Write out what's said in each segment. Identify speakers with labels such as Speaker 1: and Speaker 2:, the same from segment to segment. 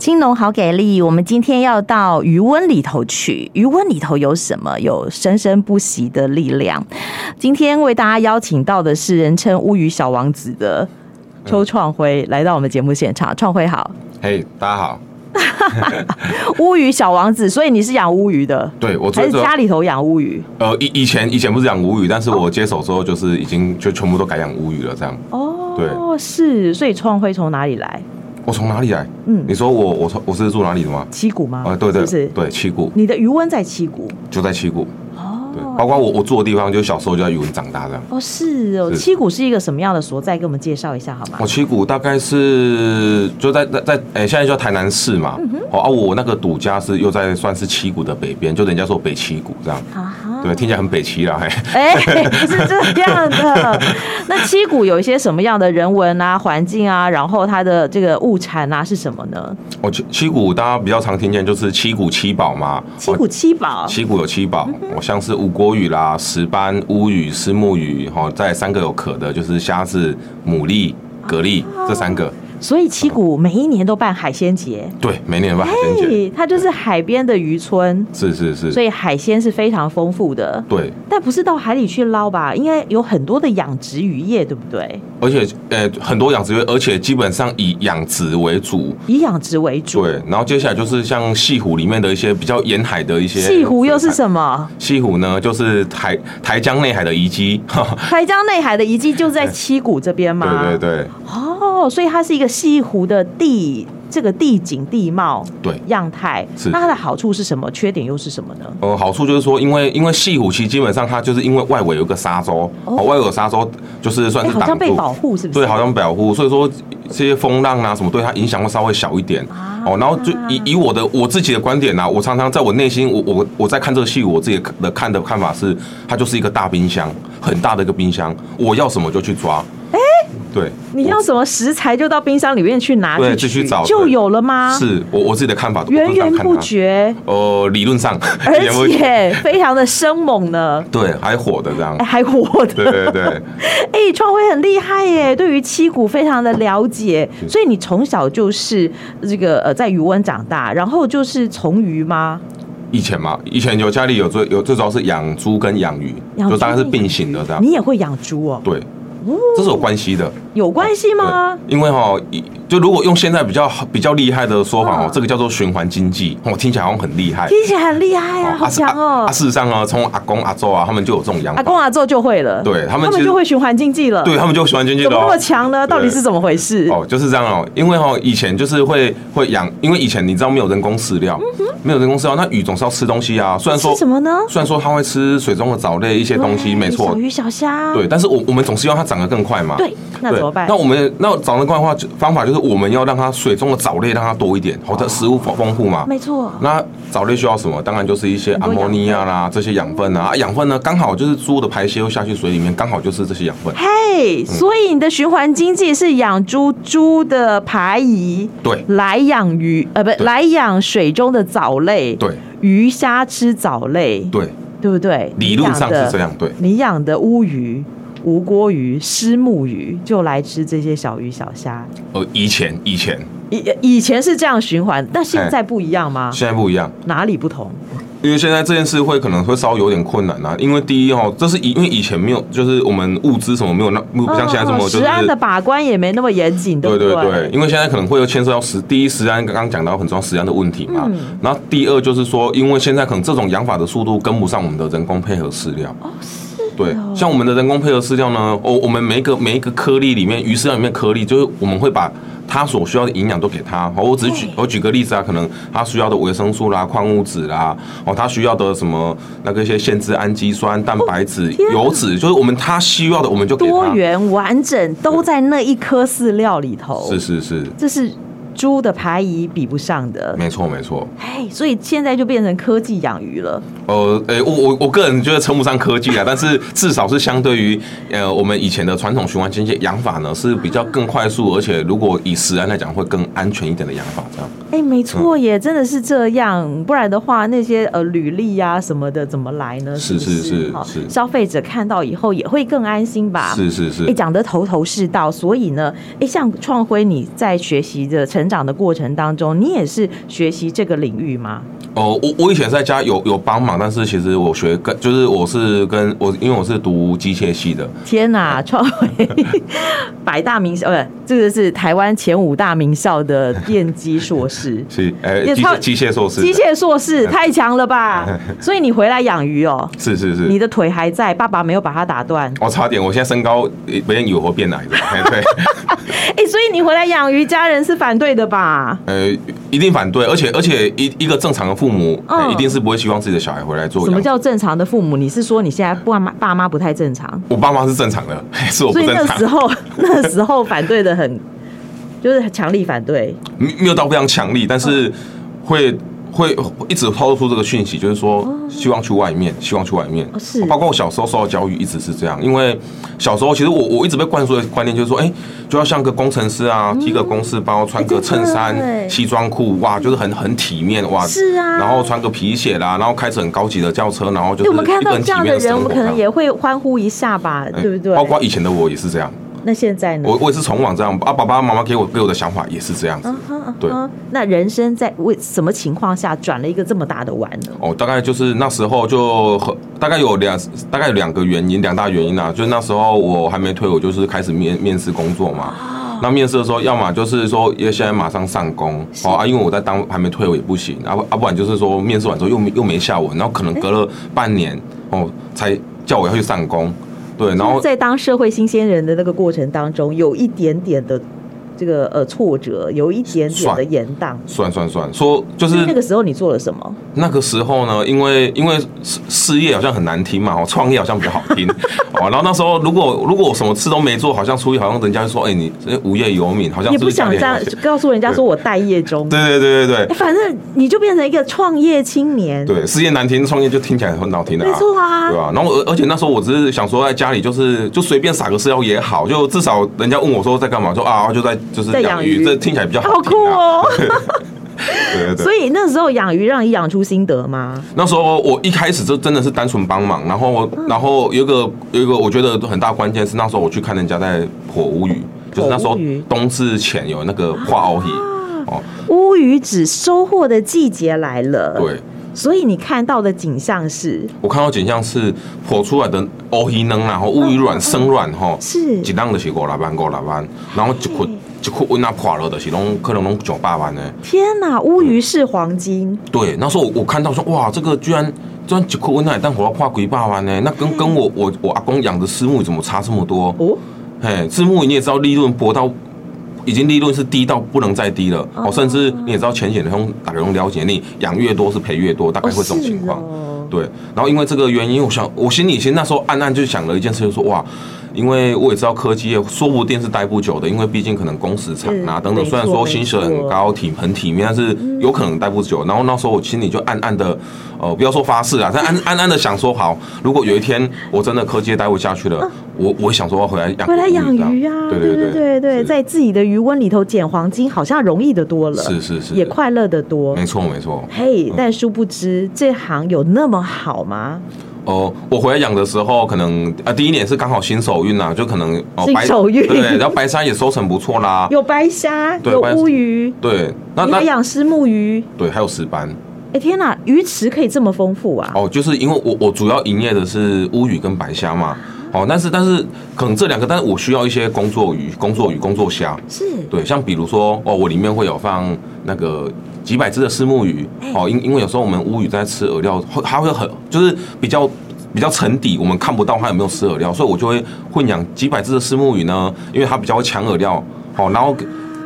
Speaker 1: 青农好给力！我们今天要到余温里头去，余温里头有什么？有生生不息的力量。今天为大家邀请到的是人称乌鱼小王子的邱创辉，来到我们节目现场。创辉好，
Speaker 2: 嘿、大家好，
Speaker 1: 乌鱼小王子，所以你是养乌鱼的，
Speaker 2: 对我
Speaker 1: 还
Speaker 2: 这
Speaker 1: 是家里头养乌鱼？
Speaker 2: 呃以以前以前不是养吴语，但是我接手之后就是已经就全部都改养吴语了，这样。
Speaker 1: 哦，
Speaker 2: 对
Speaker 1: 是，所以创辉从哪里来？
Speaker 2: 我从哪里来？
Speaker 1: 嗯
Speaker 2: 你说我我从我是住哪里的吗？
Speaker 1: 七股吗？
Speaker 2: 啊、对
Speaker 1: 是
Speaker 2: 对
Speaker 1: 不是？
Speaker 2: 对，七股
Speaker 1: 你的余温在七股
Speaker 2: 就在七股，对，包
Speaker 1: 哦。
Speaker 2: 括我我住的地方，就小时候就在语文长大这样。
Speaker 1: 哦，是哦，
Speaker 2: 是
Speaker 1: 七股是一个什么样的所在？给我们介绍一下好吗
Speaker 2: 我？七股大概是就在在在诶、现在叫台南市嘛。
Speaker 1: 嗯
Speaker 2: 哦啊，我那个赌家是又在算是七股的北边，就人家说北七股这样。
Speaker 1: 啊哈
Speaker 2: 对，听起来很北七啦，嘿。
Speaker 1: 哎、是这样 的。那七股有一些什么样的人文啊、环境啊，然后它的这个物产啊是什么呢？
Speaker 2: 哦，七七股大家比较常听见就是七股七宝嘛。
Speaker 1: 七
Speaker 2: 哦
Speaker 1: 股七宝，
Speaker 2: 七股有七宝，我像是五国语啦、石斑、乌鱼、石目鱼，哈，再三个有壳的，就是虾子、牡蛎、蛤蜊这三个。
Speaker 1: 所以七股每一年都办海鲜节，
Speaker 2: 对，每年吧，海鲜节。
Speaker 1: 嘿，它就是海边的渔村，
Speaker 2: 是是
Speaker 1: 所
Speaker 2: 是，
Speaker 1: 以海鲜是非常丰富的。
Speaker 2: 对，
Speaker 1: 但不是到海里去捞吧？应该有很多的养殖渔业，对不对？
Speaker 2: 而且呃很多养殖业，而且基本上以养殖为主。
Speaker 1: 以养殖为主。
Speaker 2: 对，然后接下来就是像西湖里面的一些比较沿海的一些。
Speaker 1: 西湖又是什么？
Speaker 2: 西湖呢，就是台台江内海的遗迹。
Speaker 1: 台江内海的遗迹就在七股这边
Speaker 2: 对
Speaker 1: 吗？
Speaker 2: 对对
Speaker 1: 哦，所以它是一个西湖的地这个地景地貌
Speaker 2: 对。
Speaker 1: 样态。
Speaker 2: 是
Speaker 1: 那它的好处是什么？缺点又是什么呢？
Speaker 2: 呃，好处就是说，因为因为西虎其实基本上它就是因为外围有一个沙洲，
Speaker 1: 哦
Speaker 2: 哦、外围有沙洲就是算
Speaker 1: 哎，
Speaker 2: 啊是
Speaker 1: 好
Speaker 2: 挡住，
Speaker 1: 像被保护，是不是？
Speaker 2: 对，好像保护，所以说这些风浪啊什么对它影响会稍微小一点。
Speaker 1: 啊
Speaker 2: 哦，然后就以以我的我自己的观点啊，我常常在我内心，我我我在看这个戏，我自己的看的看法是，它就是一个大冰箱，很大的一个冰箱，我要什么就去抓。哎、对，
Speaker 1: 你要什么食材就到冰箱里面去拿
Speaker 2: 对
Speaker 1: 去
Speaker 2: 自己
Speaker 1: 取
Speaker 2: 找对
Speaker 1: 就有了吗？
Speaker 2: 是我我自己的看法，我
Speaker 1: 源
Speaker 2: 是这样
Speaker 1: 源
Speaker 2: 看
Speaker 1: 不
Speaker 2: 它。
Speaker 1: 绝，
Speaker 2: 呃，理论上，
Speaker 1: 而
Speaker 2: 源源不绝
Speaker 1: 且非常的生猛 呢，
Speaker 2: 对，还火的这样
Speaker 1: 哎，。还活的。
Speaker 2: 对对对。
Speaker 1: 哎、创辉很厉害耶，对于七股非常的了解，所以你从小就是这个呃在渔湾长大，然后就是从渔吗？
Speaker 2: 以前嘛，以前有家里有最有最主要是养猪跟养鱼，
Speaker 1: 养
Speaker 2: 就大概是
Speaker 1: 猪
Speaker 2: 并行的这样
Speaker 1: 你。也会养猪哦，
Speaker 2: 对，这是有关系的。
Speaker 1: 有关系
Speaker 2: 对
Speaker 1: 吗？，
Speaker 2: 因为哈，以就如果用现在比较好比较厉害的说法
Speaker 1: 嗯
Speaker 2: 哦，这个叫做循环经济，哦，听起来好像很厉害。
Speaker 1: 听起来很厉害啊，好
Speaker 2: 啊是
Speaker 1: 强哦
Speaker 2: 啊！啊！事实上啊，从阿公阿周啊，他们就有这种养
Speaker 1: 阿
Speaker 2: 法，
Speaker 1: 公阿宙就会了，
Speaker 2: 对他们
Speaker 1: 他们
Speaker 2: 其实
Speaker 1: 就会循环经济了，
Speaker 2: 对他们就循环经济
Speaker 1: 怎
Speaker 2: 的
Speaker 1: 么那
Speaker 2: 哦
Speaker 1: 么。强呢？到底是怎么回事？
Speaker 2: 哦，就是这样哦，因为哦，以前就是会会养，因为以前你知道没有人工饲料，没有人工饲料，那鱼总是要吃东西啊。虽然
Speaker 1: 嗯
Speaker 2: 说
Speaker 1: 是什么呢？
Speaker 2: 虽然说它会吃水中的藻类一些东西，
Speaker 1: 对
Speaker 2: 没错
Speaker 1: 小，鱼小虾，
Speaker 2: 对，但是我我们总是要它长得更快嘛。
Speaker 1: 嗯对，那
Speaker 2: 对
Speaker 1: 怎么办？
Speaker 2: 那我们那长得快的话，就方法就是我们要让它水中的藻类让它多一点，好的食物丰丰富嘛。
Speaker 1: 哦没错，
Speaker 2: 那藻类需要什么？当然就是一些
Speaker 1: 很
Speaker 2: 阿
Speaker 1: 多养
Speaker 2: 莫尼亚啦，这些养分啊，啊养分呢刚好就是猪的排泄又下去水里面，刚好就是这些养分。嗯
Speaker 1: 嘿，所以你的循环经济是养猪，猪的排遗，
Speaker 2: 对
Speaker 1: 来养鱼，呃，不，来养水中的藻类，
Speaker 2: 对，
Speaker 1: 鱼虾吃藻类，对，
Speaker 2: 对，
Speaker 1: 不对？
Speaker 2: 理论上是这样。对，
Speaker 1: 你养的。你养的乌鱼、无锅鱼、虱目鱼，就来吃这些小鱼小虾。
Speaker 2: 呃，以前以前
Speaker 1: 以以前是这样循环，但现在不一样吗？
Speaker 2: 现在不一样，
Speaker 1: 哪里不同？
Speaker 2: 因为现在这件事会可能会稍微有点困难啊，因为第一哦，这是以因为以前没有，就是我们物资什么没有那不像现在这么
Speaker 1: 哦
Speaker 2: 就是
Speaker 1: 食安的把关也没那么严谨，
Speaker 2: 对
Speaker 1: 不
Speaker 2: 对对，因为现在可能会有牵涉到食，第一食安刚刚讲到很重要食安的问题嘛，
Speaker 1: 嗯
Speaker 2: 然后第二就是说，因为现在可能这种养法的速度跟不上我们的人工配合饲料。哦，是。对，像我们的人工配合饲料呢，哦，我们每一个每一个颗粒里面，鱼饲料里面颗粒，就是我们会把。它所需要的营养都给它。哦，我只举
Speaker 1: 对
Speaker 2: 我举个例子啊，可能它需要的维生素啦、矿物质啦，哦，它需要的什么那个一些腺脂氨基酸、蛋白质、
Speaker 1: 天啊
Speaker 2: 油脂，就是我们它需要的，我们就给它。
Speaker 1: 多元完整都在那一颗饲料里头。
Speaker 2: 是是是，
Speaker 1: 这是猪的排遗比不上的。
Speaker 2: 没错没错。
Speaker 1: 哎，所以现在就变成科技养鱼了。
Speaker 2: 呃，诶、我我我个人觉得称不上科技啊，但是至少是相对于呃我们以前的传统循环经济养法呢，是比较更快速，而且如果以食安来讲，会更安全一点的养法。这样，
Speaker 1: 哎，没
Speaker 2: 嗯
Speaker 1: 错耶，真的是这样，不然的话，那些呃履历呀、什么的怎么来呢？
Speaker 2: 是
Speaker 1: 不
Speaker 2: 是是
Speaker 1: 好
Speaker 2: 是
Speaker 1: 消费者看到以后也会更安心吧？
Speaker 2: 是是是
Speaker 1: 哎，，讲得头头是道，所以呢，哎，像创辉你在学习的成成长的过程当中，你也是学习这个领域吗？
Speaker 2: 哦，我我以前在家有有帮忙，但是其实我学跟就是我是跟我因为我是读机械系的，。
Speaker 1: 天哪、创维百大名校，呃，这个是台湾前五大名校的电机硕士
Speaker 2: 是哎
Speaker 1: 也
Speaker 2: 机
Speaker 1: 超
Speaker 2: 械机械硕士的，
Speaker 1: 机械硕士太强了吧！所以你回来养鱼哦，
Speaker 2: 是是
Speaker 1: 你
Speaker 2: 是。
Speaker 1: 的腿还在，爸爸没有把它打断。
Speaker 2: 我、差点，我现在身高呃别人以为我变矮的，哎对，
Speaker 1: 哎、所以你回来养鱼，家人是反对的吧？
Speaker 2: 呃，一定反对，而且而且一一个正常的父母、哎
Speaker 1: 嗯
Speaker 2: 一定是不会希望自己的小孩回来做
Speaker 1: 什
Speaker 2: 养
Speaker 1: 么
Speaker 2: 殖。
Speaker 1: 叫正常的父母？你是说你现在爸妈爸妈不太正常？
Speaker 2: 我爸妈是正常的， 嘿是我不
Speaker 1: 所以那
Speaker 2: 正
Speaker 1: 时
Speaker 2: 常，
Speaker 1: 候那时候反对的很，就是很强力反对。
Speaker 2: 没没有到非常强力，但是
Speaker 1: 嗯
Speaker 2: 会会一直抛出这个讯息，就是说希望去外面，希望去外面
Speaker 1: 哦。是
Speaker 2: 包括我小时候受到教育一直是这样，因为小时候其实我我一直被灌输的观念就是说，哎，就要像个工程师啊，提个公事包，穿个
Speaker 1: 哎真的
Speaker 2: 衬衫、
Speaker 1: 嗯哎
Speaker 2: 西装裤，哇，就是很很体面哇。
Speaker 1: 是啊
Speaker 2: 然后穿个皮鞋啦，然后开着很高级的轿车，然后
Speaker 1: 对，
Speaker 2: 就是
Speaker 1: 我们看
Speaker 2: 一个
Speaker 1: 到
Speaker 2: 很
Speaker 1: 这
Speaker 2: 体
Speaker 1: 样
Speaker 2: 面
Speaker 1: 的
Speaker 2: 的
Speaker 1: 人，
Speaker 2: 生
Speaker 1: 我
Speaker 2: 活
Speaker 1: 们可能
Speaker 2: 这样
Speaker 1: 也会欢呼一下吧，
Speaker 2: 哎
Speaker 1: 对不对？
Speaker 2: 包括以前的我也是这样。
Speaker 1: 那现在呢？
Speaker 2: 我我也是从网这样，啊，爸爸妈妈给我给我的想法也是这样子
Speaker 1: 嗯。哼嗯
Speaker 2: 对
Speaker 1: 哼，那人生在为什么情况下转了一个这么大的弯呢？
Speaker 2: 哦，大概就是那时候就很大概有两大概有两个原因，两大原因啊，就是那时候我还没退，我就是开始面面试工作嘛。那面试的时候，要么就是说也现在马上上工哦啊，因为我在当还没退我也不行，啊不啊不然就是说面试完之后又没又没下文，然后可能隔了半年哦才叫我要去上工，对，然后
Speaker 1: 在当社会新鲜人的那个过程当中，有一点点的这个呃挫折，有一点点的
Speaker 2: 算
Speaker 1: 延宕。
Speaker 2: 算算算说就是
Speaker 1: 那个时候你做了什么？
Speaker 2: 那个时候呢，因为因为事事业好像很难听嘛，哦，创业好像比较好 听哦。然后那时候如果如果我什么事都没做，好像出去好像人家就说，哎、你这无业游民，好像
Speaker 1: 也
Speaker 2: 是
Speaker 1: 不
Speaker 2: 是家
Speaker 1: 想
Speaker 2: 里
Speaker 1: 这样
Speaker 2: 很有钱
Speaker 1: 告诉人家说我待业中。
Speaker 2: 对对对对
Speaker 1: 哎反正你就变成一个创业青年。
Speaker 2: 对对，事业难听，创业就听起来很好听的、啊，
Speaker 1: 没错啊
Speaker 2: 对吧、然后呃而而且那时候我只是想说，在家里就是就随便撒个饲料也好，就至少人家问我说在干嘛，我说啊就在就是
Speaker 1: 在
Speaker 2: 养
Speaker 1: 养
Speaker 2: 鱼，
Speaker 1: 鱼
Speaker 2: 这听起来比较
Speaker 1: 好
Speaker 2: 好听、
Speaker 1: 酷
Speaker 2: 啊。
Speaker 1: 哦！
Speaker 2: 对对对。
Speaker 1: 所以那时候养鱼让你养出心得吗？
Speaker 2: 那时候我一开始就真的是单纯帮忙，然后然后有一个有一个我觉得很大关键是那时候我去看人家在破乌鱼，就是那时
Speaker 1: 剖
Speaker 2: 候
Speaker 1: 乌鱼
Speaker 2: 冬至前有那个化鳌鱼，哦，
Speaker 1: 乌鱼子收获的季节来了，
Speaker 2: 对，
Speaker 1: 所以你看到的景象是
Speaker 2: 我看到景象是剖出来的乌鱼能然后乌鱼卵生卵吼，
Speaker 1: 是
Speaker 2: 一浪就是五六万五六万，然后一捆一捆温那破了就是拢可能拢九百万呢。
Speaker 1: 天哪，乌鱼是黄金，
Speaker 2: 对，那时候我我看到说，哇，这个居然居然一啊捆温那蛋活要破几百万呢，那跟跟我我我阿公养的私募怎么差这么多？
Speaker 1: 哦，
Speaker 2: 嘿，字幕你也知道，利润薄到已经利润是低到不能再低了，哦，甚至你也知道浅显的用打个用了解，你养越多是赔越多，大概会这种情况。
Speaker 1: 哦是哦
Speaker 2: 对，然后因为这个原因，我想我心里其实那时候暗暗就想了一件事，就是说哇。因为我也知道科技业说不定是待不久的，因为毕竟可能工时长啊
Speaker 1: 嗯
Speaker 2: 等
Speaker 1: 没
Speaker 2: 等，虽然
Speaker 1: 错
Speaker 2: 说
Speaker 1: 没
Speaker 2: 薪水很
Speaker 1: 错
Speaker 2: 高体很体面，但是有可能待不久。然后那时候我心里就暗暗的，呃，不要说发誓啊，但暗暗暗的想说，好，如果有一天我真的科技业待不下去了，我我也想说要回来养。
Speaker 1: 啊回来养鱼
Speaker 2: 啊
Speaker 1: 啊，，
Speaker 2: 对
Speaker 1: 对
Speaker 2: 对
Speaker 1: 对对，
Speaker 2: 是
Speaker 1: 在自己的鱼温里头捡黄金，好像容易的多了，
Speaker 2: 是是是
Speaker 1: 也快乐的多
Speaker 2: 没。错嗯没错。
Speaker 1: 嘿，但殊不知这行有那么好吗？
Speaker 2: 哦、我回来养的时候，可能啊、第一年是刚好新手运啦、就可能哦
Speaker 1: 新手运
Speaker 2: 对，然后白沙也收成不错啦。
Speaker 1: 有白虾，
Speaker 2: 对
Speaker 1: 有
Speaker 2: 白
Speaker 1: 乌鱼，
Speaker 2: 对，那
Speaker 1: 你还
Speaker 2: 那
Speaker 1: 养虱目鱼。
Speaker 2: 对还有石斑
Speaker 1: 哎天哪，鱼池可以这么丰富啊！
Speaker 2: 哦，就是因为我我主要营业的是乌鱼跟白虾嘛。哦，但是但是可能这两个，但是我需要一些工作鱼、工作鱼、工作虾。
Speaker 1: 是，
Speaker 2: 对，像比如说哦，我里面会有放那个几百只的虱目鱼哦，因因为有时候我们乌鱼在吃饵料，会它会很就是比较。比较沉底，我们看不到它有没有吃饵料，所以我就会混养几百只的虱目鱼呢，因为它比较会抢饵料，哦，然后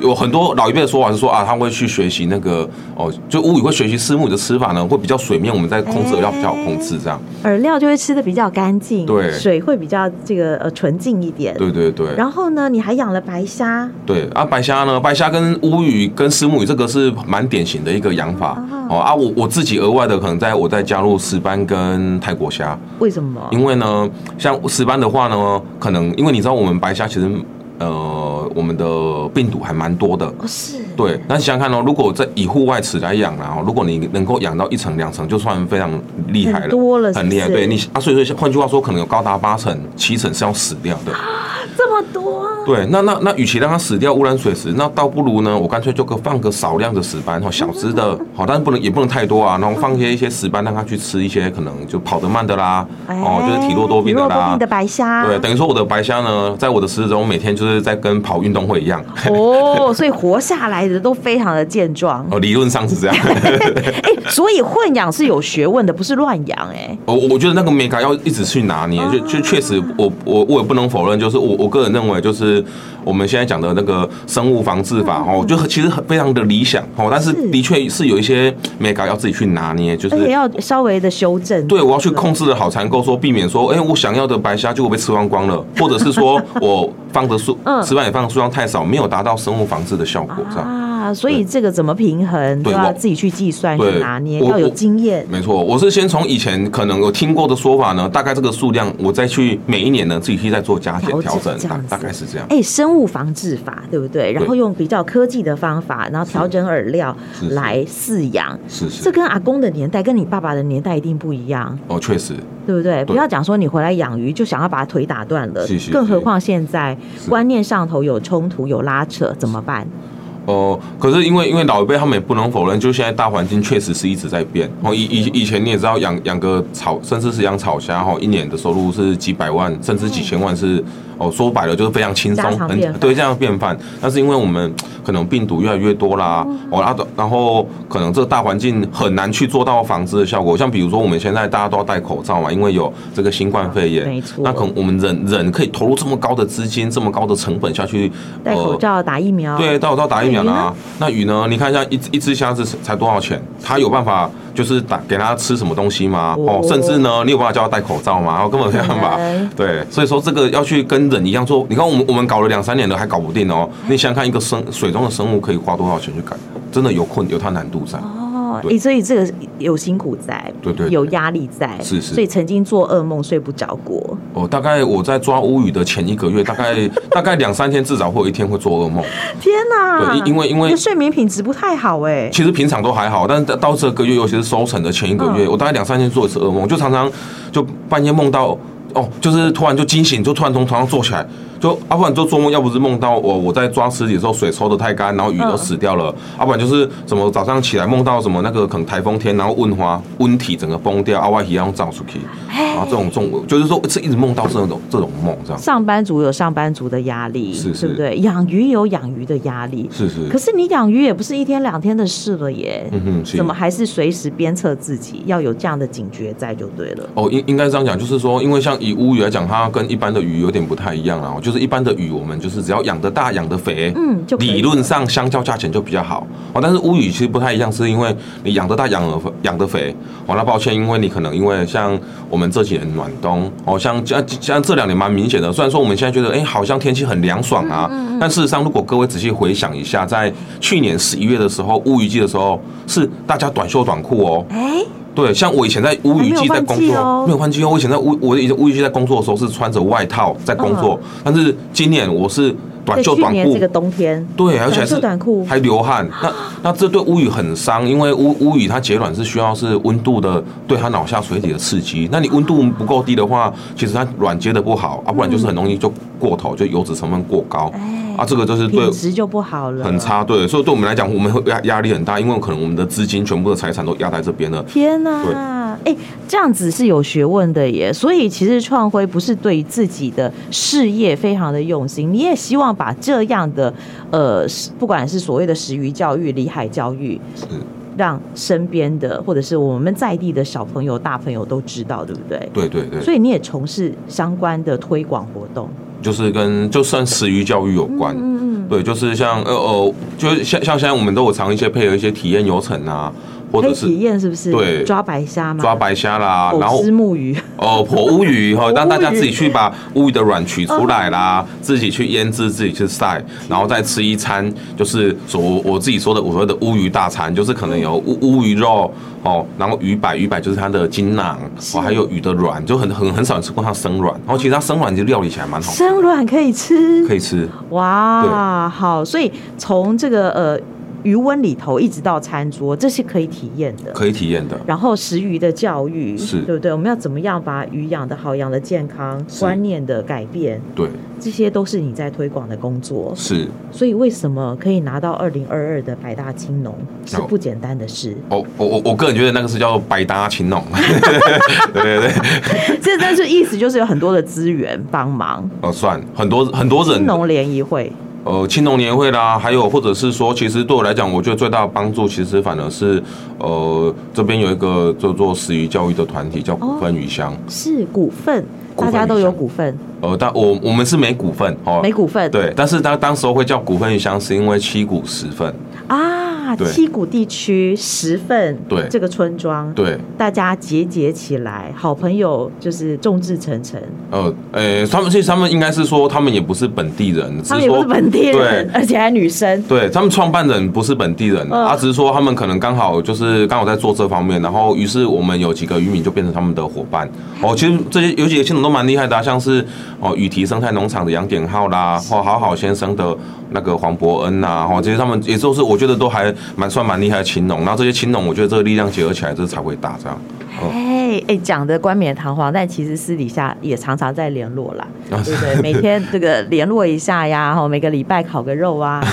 Speaker 2: 有很多老一辈的说法是说啊，他会去学习那个哦，就乌鱼会学习虱目鱼的吃法呢，会比较水面，我们在控制饵料比较好控制这样，
Speaker 1: 饵料就会吃的比较干净，
Speaker 2: 对
Speaker 1: 水会比较这个呃纯净一点。
Speaker 2: 对对对。
Speaker 1: 然后呢，你还养了白虾，
Speaker 2: 对啊，白虾呢，白虾跟乌鱼跟石母鱼这个是蛮典型的一个养法哦啊，我我自己额外的可能在我再加入石斑跟泰国虾，
Speaker 1: 为什么？
Speaker 2: 因为呢，像石斑的话呢，可能因为你知道我们白虾其实呃我们的病毒还蛮多的。
Speaker 1: 哦，是，
Speaker 2: 对，那想想看哦，如果在以户外池来养啦、哦，如果你能够养到一层两层，就算非常厉害了，
Speaker 1: 很多了是不
Speaker 2: 很厉害。
Speaker 1: 是
Speaker 2: 对你啊，所以说换句话说，可能有高达八成、七成是要死掉的。
Speaker 1: 这么么多啊？
Speaker 2: 对，那那那，与其让它死掉污染水池，那倒不如呢，我干脆就个放个少量的石斑，哈，小只的，好，但是不能也不能太多啊，然后放些一些石斑，让它去吃一些可能就跑得慢的啦，哦，就是体弱多病的
Speaker 1: 哎体弱多
Speaker 2: 啦
Speaker 1: 病的，白虾。
Speaker 2: 对，等于说我的白虾呢，在我的食指中每天就是在跟跑运动会一样，
Speaker 1: 哦，所以活下来的都非常的健壮。
Speaker 2: 哦，理论上是这样。
Speaker 1: 哎、所以混养是有学问的，不是乱养哎、
Speaker 2: 我我觉得那个美感要一直去拿捏，就就确
Speaker 1: 啊
Speaker 2: 实我，我我也不能否认，就是我我个人认为，就是我们现在讲的那个生物防治法哦，就其实很非常的理想哦，但是
Speaker 1: 嗯是
Speaker 2: 的确是有一些美感要自己去拿捏，就
Speaker 1: 而且
Speaker 2: 是。
Speaker 1: 要稍微的修正。
Speaker 2: 对，我要去控制的好残够，说避免说，哎、我想要的白虾结果被吃光光了，或者是说我放的数
Speaker 1: 嗯，
Speaker 2: 吃饭也放的数量太少，没有达到生物防治的效果，这样。
Speaker 1: 啊，所以这个怎么平衡都
Speaker 2: 对
Speaker 1: 要
Speaker 2: 我
Speaker 1: 自己去计算、去
Speaker 2: 对
Speaker 1: 拿捏，
Speaker 2: 我
Speaker 1: 要有
Speaker 2: 我
Speaker 1: 经验。
Speaker 2: 没错，我是先从以前可能有听过的说法呢，大概这个数量，我再去每一年呢自己去再做加减
Speaker 1: 调整
Speaker 2: 调整，
Speaker 1: 这样
Speaker 2: 大
Speaker 1: 子
Speaker 2: 大概是这样。
Speaker 1: 哎、生物防治法对不对？然后用比较科技的方法，然后调整饵料
Speaker 2: 是是
Speaker 1: 来饲养。
Speaker 2: 是是
Speaker 1: 这，跟阿公的年代，跟你爸爸的年代一定不一样，
Speaker 2: 哦，确实，
Speaker 1: 对不对？不要讲说你回来养鱼就想要把腿打断了，
Speaker 2: 是是
Speaker 1: 更
Speaker 2: 是
Speaker 1: 何况现在
Speaker 2: 是
Speaker 1: 观念上头有冲突、有拉扯，怎么办？
Speaker 2: 哦、可是因为因为老一辈他们也不能否认，就现在大环境确实是一直在变。哦，以以以前你也知道养养个草，甚至是养草虾，哈、哦，一年的收入是几百万，甚至几千万是，哦，说白了就是非常轻松
Speaker 1: 家，常便饭
Speaker 2: 对这样变饭。但是因为我们可能病毒越来越多啦，
Speaker 1: 嗯
Speaker 2: 哦，然后然后可能这个大环境很难去做到防治的效果。像比如说我们现在大家都要戴口罩嘛，因为有这个新冠肺炎，
Speaker 1: 没错
Speaker 2: 那可能我们人人可以投入这么高的资金，这么高的成本下去，
Speaker 1: 戴
Speaker 2: 呃
Speaker 1: 口罩、打疫苗，
Speaker 2: 哦对，到到打疫苗啦、
Speaker 1: 那鱼
Speaker 2: 啊那鱼呢？你看一下，一只一只虾子才多少钱？它有办法就是打给它吃什么东西吗？
Speaker 1: 哦
Speaker 2: 哦，甚至呢，你有办法叫它戴口罩吗？哦，根本没办法
Speaker 1: 哎。
Speaker 2: 对，所以说这个要去跟人一样做。你看我们我们搞了两三年了，还搞不定哦。你想想看，一个生水中的生物可以花多少钱去改？真的有困有它难度在。
Speaker 1: 哦，
Speaker 2: 对
Speaker 1: 诶，所以这个有辛苦在，
Speaker 2: 对对对
Speaker 1: 有压力在，
Speaker 2: 是是
Speaker 1: 所以曾经做噩梦睡不着过，
Speaker 2: 哦，大概我在抓乌鱼的前一个月，大概大概两三天，至少会有一天会做噩梦。
Speaker 1: 天哪！
Speaker 2: 对因因为因为
Speaker 1: 你的睡眠品质不太好哎、
Speaker 2: 其实平常都还好，但是到这个月，尤其是收成的前一个月，
Speaker 1: 嗯
Speaker 2: 我大概两三天做一次噩梦，就常常就半夜梦到。哦，就是突然就惊醒，就突然从床上坐起来，就啊，不然就做梦，要不是梦到我我在抓尸体的时候水抽的太干，然后鱼
Speaker 1: 嗯
Speaker 2: 都死掉了，要、不然就是什么早上起来梦到什么那个可能台风天，然后温花温体整个崩掉，啊外皮要用照出去，然后这种这种就是说是一直梦到这种这种梦这样，
Speaker 1: 上班族有上班族的压力，
Speaker 2: 是是
Speaker 1: 对不对？养鱼有养鱼的压力，
Speaker 2: 是是，
Speaker 1: 可是你养鱼也不是一天两天的事了耶，
Speaker 2: 嗯哼，是
Speaker 1: 怎么还是随时鞭策自己，要有这样的警觉在就对了。
Speaker 2: 哦，应应该这样讲，就是说，因为像以乌鱼来讲，它跟一般的鱼有点不太一样啊。就是一般的鱼，我们就是只要养得大、养得肥，
Speaker 1: 嗯就可以
Speaker 2: 理论上相较价钱就比较好哦。但是乌鱼其实不太一样，是因为你养得大、养得养得肥哦。那抱歉，因为你可能因为像我们这几年暖冬哦，像像像这两年蛮明显的。虽然说我们现在觉得哎、好像天气很凉爽
Speaker 1: 嗯
Speaker 2: 啊，但事实上，如果各位仔细回想一下，在去年十一月的时候，乌鱼季的时候，是大家短袖短裤哦，
Speaker 1: 哎，
Speaker 2: 对，像我以前在乌鱼季在工
Speaker 1: 还没有换季
Speaker 2: 作，
Speaker 1: 哦
Speaker 2: 没有换季哦。我以前在乌，我以前乌鱼季在工作的时候是穿着外套在工作，但是今年我是短
Speaker 1: 在
Speaker 2: 袖
Speaker 1: 去
Speaker 2: 短
Speaker 1: 嗯年
Speaker 2: 裤
Speaker 1: 这个，冬天，
Speaker 2: 对，而且还
Speaker 1: 短袖
Speaker 2: 是
Speaker 1: 短裤
Speaker 2: 还流汗。那那这对乌鱼很伤，因为乌乌鱼它结卵是需要是温度的对它脑下垂体的刺激。那你温度不够低的话，其实它卵结的不好啊，不然就是很容易就过头，就油脂成分过高
Speaker 1: 哎
Speaker 2: 啊，这个就是对
Speaker 1: 品质就不好了，
Speaker 2: 很。差。对，所以对我们来讲，我们会压压力很大，因为可能我们的资金全部的财产都压在这边了。
Speaker 1: 天呐、哎、这样子是有学问的耶。所以其实创辉不是对自己的事业非常的用心，你也希望把这样的呃，不管是所谓的食鱼教育、里海教育，
Speaker 2: 是。
Speaker 1: 让身边的或者是我们在地的小朋友、大朋友都知道，对不对？
Speaker 2: 对对对，
Speaker 1: 所以你也从事相关的推广活动，
Speaker 2: 就是跟就算食鱼教育有关。
Speaker 1: 嗯嗯，
Speaker 2: 对，就是像呃呃，就是像像现在我们都有常一些配合一些体验游程啊，或
Speaker 1: 可
Speaker 2: 者
Speaker 1: 以体
Speaker 2: 是
Speaker 1: 验是不是？
Speaker 2: 对
Speaker 1: 抓白虾吗？
Speaker 2: 抓白虾啦，然
Speaker 1: 藕
Speaker 2: 后
Speaker 1: 丝木鱼，
Speaker 2: 哦婆乌鱼哈，
Speaker 1: 乌鱼
Speaker 2: 让大家自己去
Speaker 1: 哦
Speaker 2: 把乌鱼的卵取出来啦，自己去腌制，自己去晒，然后再吃一餐，就是所我自己说的我所谓的乌鱼大餐，就是可能
Speaker 1: 嗯
Speaker 2: 有乌乌鱼肉哦，然后鱼摆鱼摆就是它的筋囊，哦还有鱼的卵，就很很很少人吃过它生卵，然后其实它生卵就料理起来蛮好吃，
Speaker 1: 生卵可以吃，
Speaker 2: 可以吃。
Speaker 1: 哇，好，所以从这个呃余温里头一直到餐桌，这是可以体验的。
Speaker 2: 可以体验的。
Speaker 1: 然后食鱼的教育，
Speaker 2: 是
Speaker 1: 对不对？我们要怎么样把鱼养的好，养的健康，
Speaker 2: 是
Speaker 1: 观念的改变，
Speaker 2: 对，
Speaker 1: 这些都是你在推广的工作。
Speaker 2: 是
Speaker 1: 所以为什么可以拿到二零二二的百大青农是
Speaker 2: 哦
Speaker 1: 不简单的事，
Speaker 2: 我哦我我我个人觉得那个是叫百搭青农，对 对对，
Speaker 1: 这但是意思就是有很多的资源帮忙。
Speaker 2: 哦，算很多很多
Speaker 1: 青
Speaker 2: 人，
Speaker 1: 农联谊会
Speaker 2: 呃，青农年会啦，还有或者是说，其实对我来讲，我觉得最大的帮助，其实反而是，呃，这边有一个叫做食鱼教育的团体，叫股份鱼乡，
Speaker 1: 是股份，
Speaker 2: 股份
Speaker 1: 大家都有
Speaker 2: 影响
Speaker 1: 股份，
Speaker 2: 呃，但我我们是没股份哦，
Speaker 1: 哦没股份，
Speaker 2: 对，但是当当时候会叫股份鱼乡，是因为七股十份，
Speaker 1: 啊，
Speaker 2: 对
Speaker 1: 七股地区十份，
Speaker 2: 对
Speaker 1: 这个村庄，
Speaker 2: 对，
Speaker 1: 大家结结起来，好朋友就是众志成城，
Speaker 2: 呃，呃，他们其实他们应该是说，他们也不是本地人，只
Speaker 1: 他们也
Speaker 2: 是
Speaker 1: 不
Speaker 2: 说
Speaker 1: 是本地人
Speaker 2: 对，
Speaker 1: 而且还女生，
Speaker 2: 对他们创办人不是本地人，
Speaker 1: 嗯
Speaker 2: 啊，只是说他们可能刚好就是刚好在做这方面，然后于是我们有几个渔民就变成他们的伙伴。哦，其实这些有几个青农都蛮厉害的、啊，像是哦雨提生态农场的杨典 浩啦，或好好先生的那个黄伯恩呐、啊，哦，其实他们也都是我觉得都还蛮算蛮厉害的青农。然后这些青农，我觉得这个力量结合起来，这才会大这样。哦
Speaker 1: 哎哎，讲的冠冕堂皇，但其实私底下也常常在联络啦，
Speaker 2: 啊
Speaker 1: 对不 对？每天这个联络一下呀，然后每个礼拜烤个肉 啊，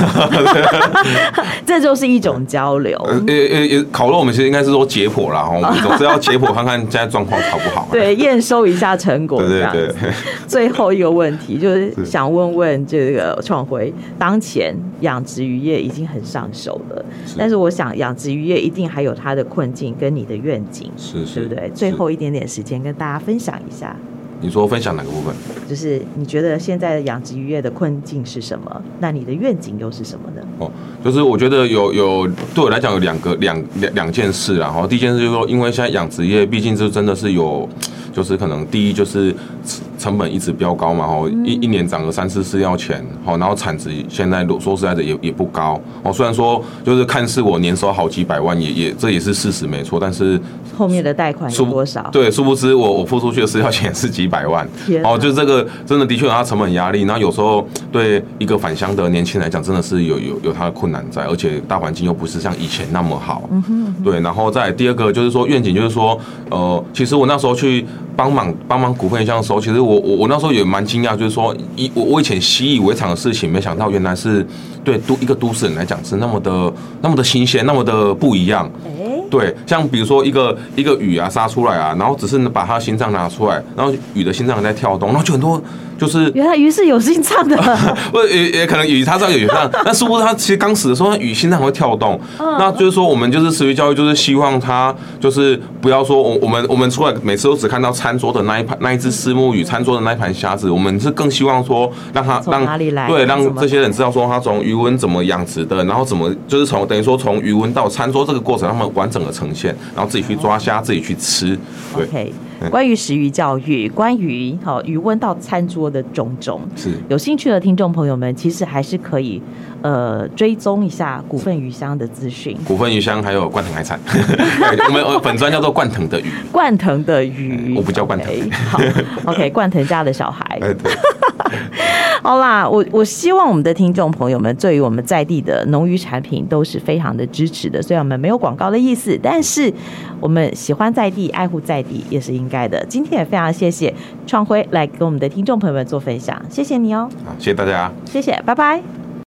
Speaker 1: 这就是一种交流。
Speaker 2: 呃，也也也烤肉，我们其实应该是说解剖啦，哦我 们总是要解剖看看现在状况好不好、
Speaker 1: 对， 验收一下成果，
Speaker 2: 对
Speaker 1: 这
Speaker 2: 对
Speaker 1: 样子。
Speaker 2: 对。
Speaker 1: 最后一个问题就是想问问这个创辉，当前养殖渔业已经很上手了，
Speaker 2: 是
Speaker 1: 但是我想养殖渔业一定还有它的困境跟你的愿景，
Speaker 2: 是是
Speaker 1: 对不对？
Speaker 2: 是
Speaker 1: 最后一点点时间跟大家分享一下，
Speaker 2: 你说分享哪个部分？
Speaker 1: 就是你觉得现在的养殖渔业的困境是什么？那你的愿景又是什么呢？
Speaker 2: 哦，就是我觉得有有对我来讲有两个两两两件事啦。然哦后第一件事就是说，因为现在养殖业毕竟是真的是有，就是可能第一就是成成本一直飙高嘛，哦，一一年涨个三四次要钱，哦，然后产值现在说实在的也也不高，哦，虽然说就是看似我年收好几百万，也也这也是事实没错，但是
Speaker 1: 后面的贷款有
Speaker 2: 殊不
Speaker 1: 多少？
Speaker 2: 对，殊不知我我付出去的私教钱是几百万
Speaker 1: 天，哪
Speaker 2: 哦，就是这个真的的确有它成本压力。那有时候对一个返乡的年轻人来讲，真的是有有有它的困难在，而且大环境又不是像以前那么好。
Speaker 1: 嗯
Speaker 2: 对，然后再来第二个就是说愿景，就是说呃，其实我那时候去帮忙帮忙股份一项的时候，其实我我我那时候也蛮惊讶，就是说以我我以前习以为常的事情，没想到原来是对都一个都市人来讲是那么的那么的新鲜，那么的不一样。
Speaker 1: 哎，
Speaker 2: 对，像比如说一个一个鱼啊杀出来啊，然后只是把它的心脏拿出来，然后鱼的心脏在跳动，然后就很多就是。
Speaker 1: 原来鱼是有心脏 的，
Speaker 2: 不也也可能鱼它知道有 鱼脏，但是不是它其实刚死的时候，它鱼心脏会跳动。
Speaker 1: 嗯
Speaker 2: 那就是说，我们就是食鱼教育，就是希望它就是不要说我我们我们出来每次都只看到餐桌的那一盘那一只丝目鱼，餐桌的那一盘虾子，我们是更希望说让它
Speaker 1: 从
Speaker 2: 让
Speaker 1: 哪里来
Speaker 2: 对，
Speaker 1: 它怎
Speaker 2: 让
Speaker 1: 么
Speaker 2: 这些人知道说它从鱼温怎么养殖的，然后怎么就是从等于说从鱼温到餐桌这个过程，他们完整的呈现，然后自己去抓虾，自己去吃。对，
Speaker 1: 哦 OK，关于食鱼教育，关于好鱼问到餐桌的种种，
Speaker 2: 是
Speaker 1: 有兴趣的听众朋友们，其实还是可以呃追踪一下股份鱼乡的资讯。
Speaker 2: 股份鱼香还有灌藤海产， 对我们呃本专叫做灌藤的鱼。
Speaker 1: 冠腾的鱼，
Speaker 2: 嗯我不叫冠腾
Speaker 1: OK，好，OK，冠腾家的小孩。
Speaker 2: 哎，对，
Speaker 1: 好啦，我我希望我们的听众朋友们对于我们在地的农渔产品都是非常的支持的。虽然我们没有广告的意思，但是我们喜欢在地、爱护在地也是应该的。今天也非常谢谢创辉来跟我们的听众朋友们做分享，谢谢你哦，
Speaker 2: 好，谢谢大家。
Speaker 1: 谢谢，拜拜。